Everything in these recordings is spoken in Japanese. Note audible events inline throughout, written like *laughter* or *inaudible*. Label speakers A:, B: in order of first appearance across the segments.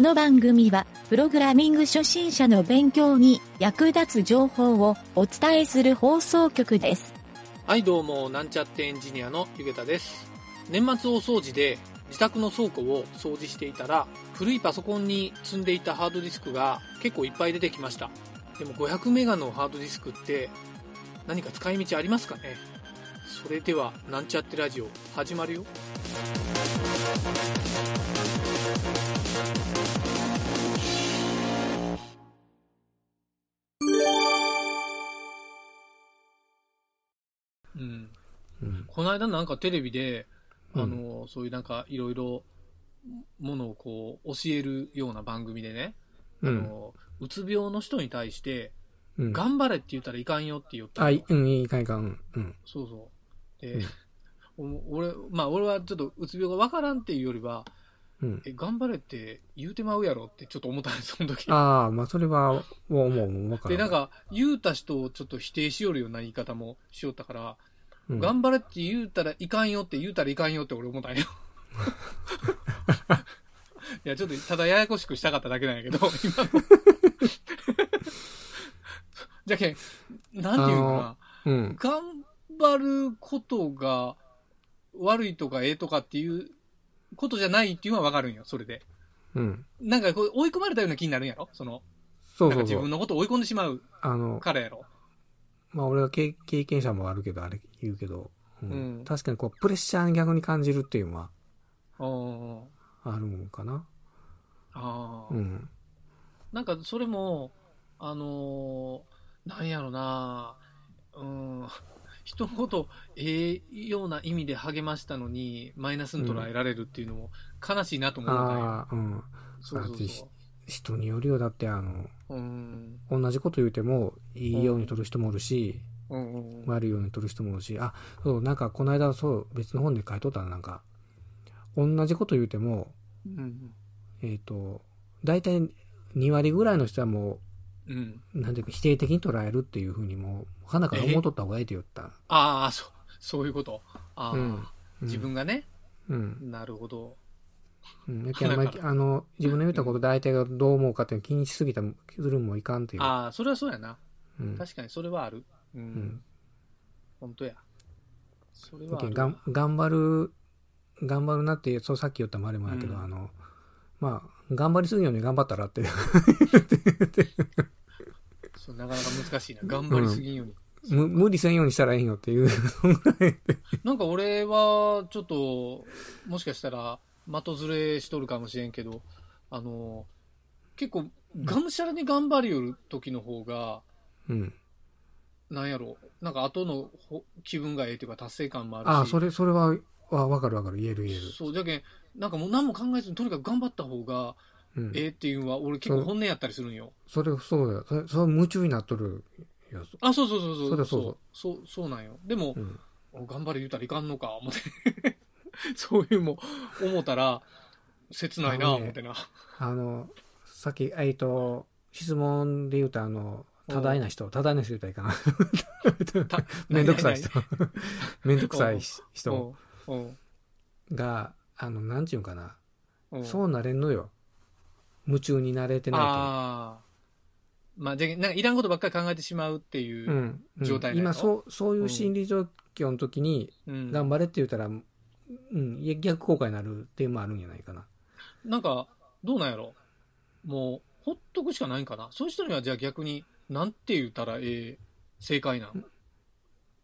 A: の番組は、プログラミング初心者の勉強に役立つ情報をお伝えする放送局です。
B: はいどうもなんちゃってエンジニアのゆげたです年末大掃除で自宅の倉庫を掃除していたら古いパソコンに積んでいたハードディスクが結構いっぱい出てきましたでも500メガのハードディスクって何か使い道ありますかねそれではなんちゃってラジオ始まるようん
C: うん
B: この間なんかテレビで、あ
C: うん
B: の、そういうなんかいろいろものをこう教えるような番組でね、
C: う
B: あ
C: ん。
B: のうつ病の人に対して、
C: うん。
B: 頑張れって言ったらいかんよって言ったの
C: あ、いうん、いいかいかん。うん。
B: そうそう。で、お俺、まあ俺はちょっとうつ病がわからんっていうよりは、
C: うん。
B: え、頑張れって言うてまうやろってちょっと思ったん
C: *laughs*
B: です、その時。
C: ああ、まあ、それは、もう、もう、わかる。
B: で、なん、か、言うた人をちょっと否定しよるような言い方もしよったから、
C: うん、
B: 頑張れって言うたらいかんよって言うたらいかんよって俺思った
C: *laughs*
B: んよ。いや、ちょっとただややこしくしたかっただけなんやけ
C: *laughs*
B: ど、今のじゃけん、なんていうの
C: うん。
B: かな、頑張ることが悪いとかええとかっていうことじゃないっていうのはわかるんよ、それで。
C: うん。
B: なんかこう追い込まれたような気になるんやろその、
C: そ
B: なん
C: う
B: か
C: そう
B: 自
C: そう
B: 分。のことを追い込んでしまう
C: あの、
B: からやろ。
C: まあ、俺は経経験者もあるけど、あれ言うけど、うん
B: うん
C: 確かにこう、プレッシャーに逆に感じるっていうのは、
B: うん
C: あるもんかな。
B: ああ
C: う。ん。
B: なんかそれも、あのーなんやろな、うん、人のことをええような意味で励ましたのに、マイナスに捉えられるっていうのも悲しいなと思ったんや、
C: ああ、うん。
B: そうそうそ
C: 人によるよ。だって、あの、
B: う。うん。
C: 同じこと言うても、いいように取る人もおるし、
B: うんうんうん。
C: 悪いように取る人もおるし、あ、そう、なんか、この間、そう、別の本で書いとったな、なんか、同じこと言うても、
B: うん
C: えっ、と、大体2割ぐらいの人はも
B: うん。
C: う、なんていうか否定的に捉えるっていうふうにもう、はなから思うとった方がいいと言った。
B: ああ、そう、そういうこと。ああ、
C: うん。
B: 自分がね、
C: うん。
B: なるほど。
C: うん。やけんあんまり、あの、自分の言ったこと大体がどう思うかっていうの気にしすぎたも、するんもいかんっていう。
B: ああ、それはそうやな。
C: うん。
B: 確かにそれはある。うん。
C: うん。
B: 本当や。それ
C: や
B: はあ
C: けん
B: る。
C: がん頑張る、頑張るなって、そうさっき言ったもあれもやけど、
B: うん
C: あの、まあ、頑張りすぎるのに頑張ったらっていう、 *laughs*
B: そうなかなか難しいな。頑張りすぎんように。
C: む無理せんようにしたらええんよっていう、そんぐらい。
B: なんか俺は、ちょっと、もしかしたら、的ずれしとるかもしれんけど、あの、結構、がむしゃらに頑張りよる時の方が、
C: うん。
B: なんやろ、なんか後のほ気分がええというか達成感もあるし。
C: ああ、それ、それは、あわかるわかる。言える言える。
B: そう、じゃけん、なんかもう何も考えずにとにかく頑張った方が
C: うん。
B: ええっていうのは、俺結構本音やったりするんよ。
C: それ、そうよ。それ、それ夢中になっとるよ。そ
B: あ、そうそうそうそう。
C: そりゃそうそ
B: そ
C: う
B: う。そう、そうなんよ。でも
C: う、ん。
B: お頑張れ言うたらいかんのか、思って。 *laughs* そういうも、思ったら、切ないな、思ってな。
C: あの、さっき、えっと、質問で言うと、あの、多大な人、多大な人言ったらいいか
B: *laughs*
C: な。 *laughs*
B: た
C: めんどくさい人。
B: な。
C: *laughs* めんどくさいし人
B: うんうん
C: が、あの、なんちゅうんかな。
B: うん
C: そうなれんのよ。夢中になれてな
B: ああ。まあ、じゃあなんかいらんことばっかり考えてしまうってい
C: いと。う
B: う。
C: ん。うん
B: 状態なんやろ
C: 今、そう、そういう心理状況の時に、
B: うん
C: 頑張れって言ったら、うん、いや逆効果になるっていうのもあるんじゃないかな。
B: なんか、どうなんやろ。もう、ほっとくしかないんかな。そういう人には、じゃあ逆に、なんて言ったらええ、正解なん。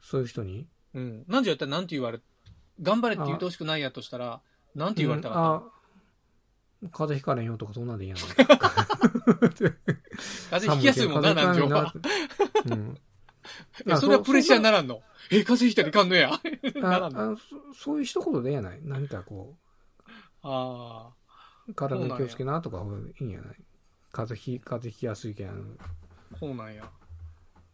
C: そういう人に。
B: うん。なんじゃやったらなんて言われ、頑張れって言ってほしくないやとしたら、なんて言われた
C: うん
B: か
C: あ風邪ひかれんよとかそんなんで
B: *laughs*
C: いいやん。
B: 風邪ひきやすいもんな、なん
C: 寒
B: じ
C: い
B: ょ
C: けど
B: は。 *laughs*
C: 風邪ひかんよな
B: いやそれはプレッシャーにな
C: ら
B: らんの。え、風邪ひいたらいかんのや。ならんの
C: ああそそういう一言でいいやない。何かこ
B: ああ。
C: う、体に気をつけなとかいいんやない。風邪ひ、風邪ひきやすいけん。
B: そうなんや。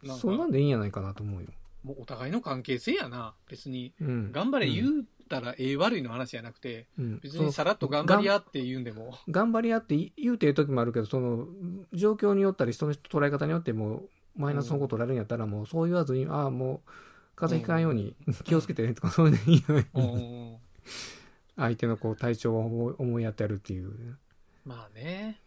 B: なんか
C: そんなんでいいんやないかなと思うよ。
B: もうお互いの関係性やな。別に、
C: うん。
B: 頑張れ
C: う
B: 言うたらええ悪いの話じゃなくて、
C: ん。うん
B: 別
C: そ
B: に
C: の
B: さらっと頑張りやって言うんでも。
C: 頑張りやってい言うてる時もあるけど、その、状況によったり、人の捉え方によってもう、マイナスのこと取られるんやったら、もうそう言わずに、ああ、もう、風邪ひかんように気をつけてねとか、そういうのいいやない。
B: うん。
C: 相手のこう体調を思い思いやってやるっていう。
B: まあね。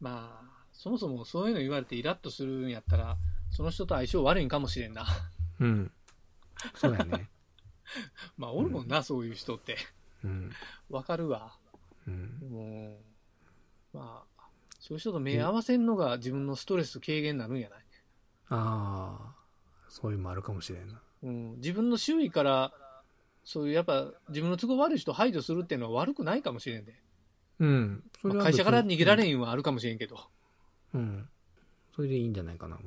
B: まあ、そもそもそういうの言われてイラッとするんやったら、その人と相性悪いんかもしれんな。 *laughs*
C: うん。そうだよね。
B: まあ、おるもんな、 *laughs* そういう人って。
C: うん。
B: わかるわ。
C: うん。
B: もう、まあ、そういう人と目合わせんのが自分のストレス軽減になるんやない、
C: ああ、そういうのもあるかもしれんな。
B: うん、自分の周囲から、そういうやっぱ自分の都合悪い人を排除するっていうのは悪くないかもしれんで。
C: うん。そ
B: まあ会社から逃げられ
C: ん。
B: んのはあるかもしれんけど。
C: うん。それでいいんじゃないかな。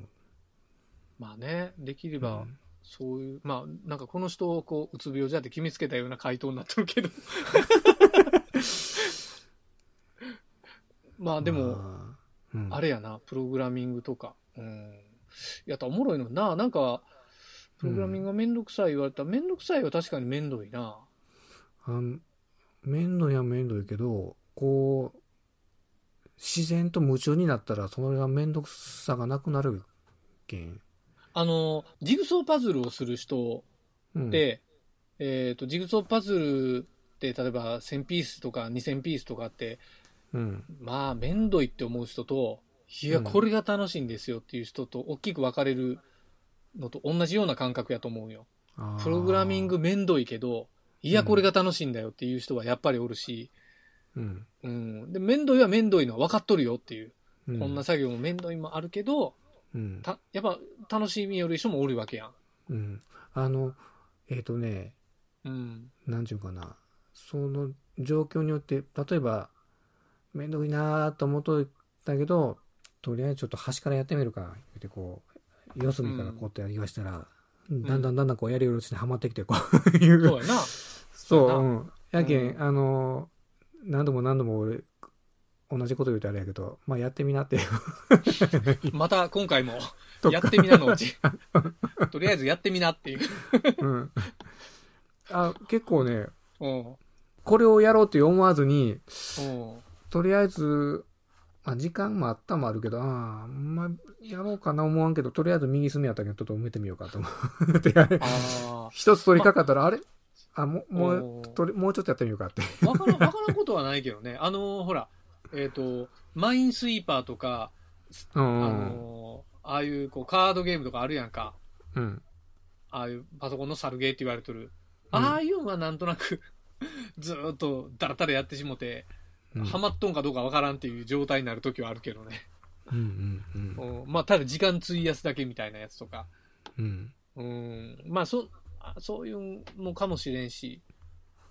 B: まあね、できれば、
C: うん
B: そういう、まあ、なんかこの人をこう、うつ病じゃって決めつけたような回答になってるけど。 *laughs* まあでも、
C: まあ、うん、
B: あれやな、プログラミングとか。うん。やったらおもろいのにな、なんか、プログラミングがめんどくさい言われたら、めんどくさいは確かにめんどいな。
C: あん面倒や面倒いけどこう自然と夢中になったらそれが面倒くさがなくなるけん、
B: あの、ジグソーパズルをする人
C: うん、
B: で、えっ、と、ジグソーパズルって、例えば1000ピースとか2000ピースとかあって、
C: うん
B: まあ、めんどいって思う人と、いや、
C: うん
B: これが楽しいんですよっていう人と、大きく分かれるのと同じような感覚やと思うよ。
C: あー
B: プログラミングめんどいけど、いや、これが楽しいんだよっていう人はやっぱりおるし、
C: うん、
B: うん。で、めんどいはめんどいのは分かっとるよっていう。
C: うん、
B: こんな作業もめんどいもあるけど、
C: うん、
B: た、やっぱ楽しみよる人もおるわけやん。
C: うん、あのえっ、とね
B: うん。
C: なんていうかなその状況によって例えば面倒いなーと思っとったけどとりあえずちょっと端からやってみるか言ってこう四隅からこうやってやりましたら、だんだんだんだんこうやりよるうちにはまってきてこう *laughs* いう
B: そうやな。
C: そう、
B: そうやな
C: うん。やけ
B: う
C: ん、あのー何度も何度も俺、同じこと言うとあれやけど、まあやってみなっていう。
B: また今回
C: *laughs*
B: も、
C: と
B: やってみなのうち。 *laughs* とりあえずやってみなっていう。 *laughs*
C: うん。あ、結構ね、
B: うん。
C: これをやろうって思わずに、
B: うん。
C: とりあえず、まあ時間もあったもあるけど、ああ、まあやろうかな思わんけど、とりあえず右隅やったけど、ちょっと埋めてみようかと思う。 *laughs* であれ
B: ああ。
C: 一つ取りかかったら、あれあ、もう、も
B: お
C: う、
B: ー
C: 取りもうちょっとやってみようかって。 *laughs*
B: わからん、わからんことはないけどね。あのーほら、えっ、と、マインスイーパーとか、
C: う
B: あ
C: ん。
B: のーああいう、こう、カードゲームとかあるやんか。
C: うん。
B: ああいう、パソコンの猿ゲーって言われてる。ああいうのはなんとなく、 *laughs* ずーっと、だらだらやってしもて、
C: うん
B: ハマっとんかどうかわからんっていう状態になる時はあるけどね。
C: うんうんうん
B: うんまあ、ただ時間費やすだけみたいなやつとか。
C: うん。
B: うん、まあ、そ、あそういうのかもしれんし。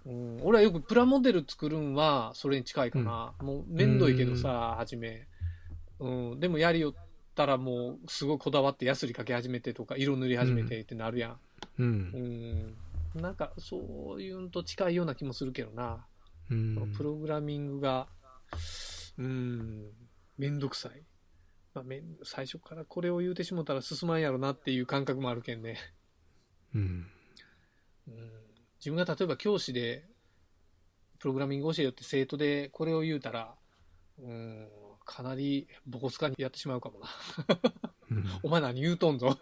B: うん、俺はよくプラモデル作るんは、それに近いかな。もう、めんどいけどさ、はじめ。うん、でもやりよったらもう、すごいこだわってヤスリかけ始めてとか、色塗り始めてってなるやん。
C: う。
B: うんん、なんか、そういうんと近いような気もするけどな。
C: うん。
B: プログラミングが、うん、めんどくさい。まあ、めん最初からこれを言うてしもたら進まんやろなっていう感覚もあるけんね。
C: うん。
B: うん自分が例えば教師でプログラミング教えよって生徒でこれを言うたら、うん、かなりボコスカにやってしまうかもな。
C: うん
B: お前何言うとん
C: *laughs*
B: ぞ。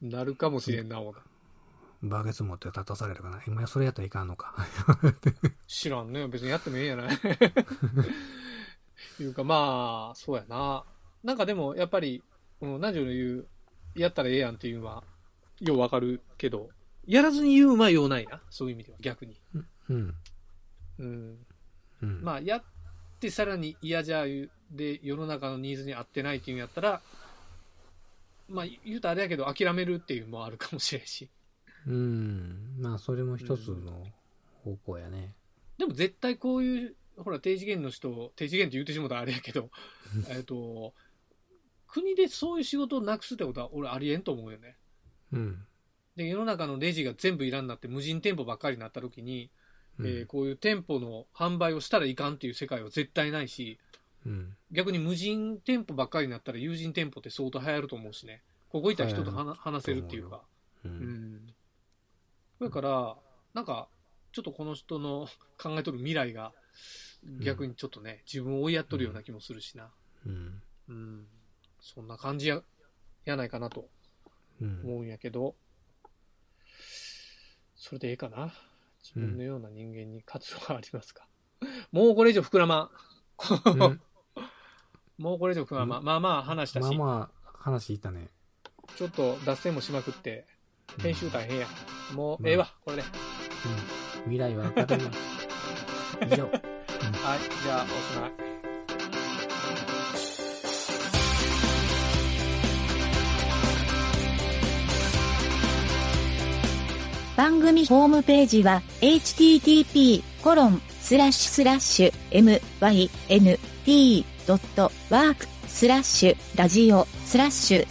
B: なるかもしれんな、俺
C: バケツ持って立たされるかな。今それやったらいかんのか。
B: 知らんね。別にやってもええんやない *laughs* いうか、まあ、そうやな。なんかでも、やっぱり、うん、何十の言う、やったらええやんっていうのは、ようわかるけど、やらずに言うまいようないな。そういう意味では、逆に。
C: うん。
B: うん。
C: うん。
B: まあ、やってさらに嫌じゃうで世の中のニーズに合ってないっていうんやったら、まあ、言うとあれやけど、諦めるっていうのもあるかもしれんし。
C: うん。まあ、それも一つの方向やね。
B: でも絶対こういう、ほら、低次元の人、低次元って言うてしもたらあれやけ *laughs* ど、えっと、国でそういう仕事をなくすってことは俺ありえんと思うよね。
C: うん。
B: で、世の中のレジが全部いらんなって無人店舗ばっかりになった時に、
C: うん
B: えーこういう店舗の販売をしたらいかんっていう世界は絶対ないし、
C: うん。
B: 逆に無人店舗ばっかりになったら友人店舗って相当流行ると思うしね。ここいた人とはな話せるっていうか。
C: う。
B: うんん。だから、なんか、ちょっとこの人の *laughs* 考えとる未来が、逆にちょっとね、自分を追いやっとるような気もするしな。
C: うん。
B: うん。そんな感じや、やないかなと
C: うん。
B: 思うんやけど、それでええかな。自分のような人間に活路はありますか。もうこれ以上膨らまん。
C: うん
B: *laughs* もうこれ以上、まあまあ、まあまあ話したし、
C: *laughs* まあまあ、話いったね。
B: ちょっと脱線もしまくって、
C: うん
B: 編集大変や。も
C: う
B: う、
C: ん
B: ええわ、これで。
C: うん未来は明るいな。以上。
B: はい、じゃあ、おしまい。
A: 番組ホームページは http://mynt.work/.radio/. スラッシュ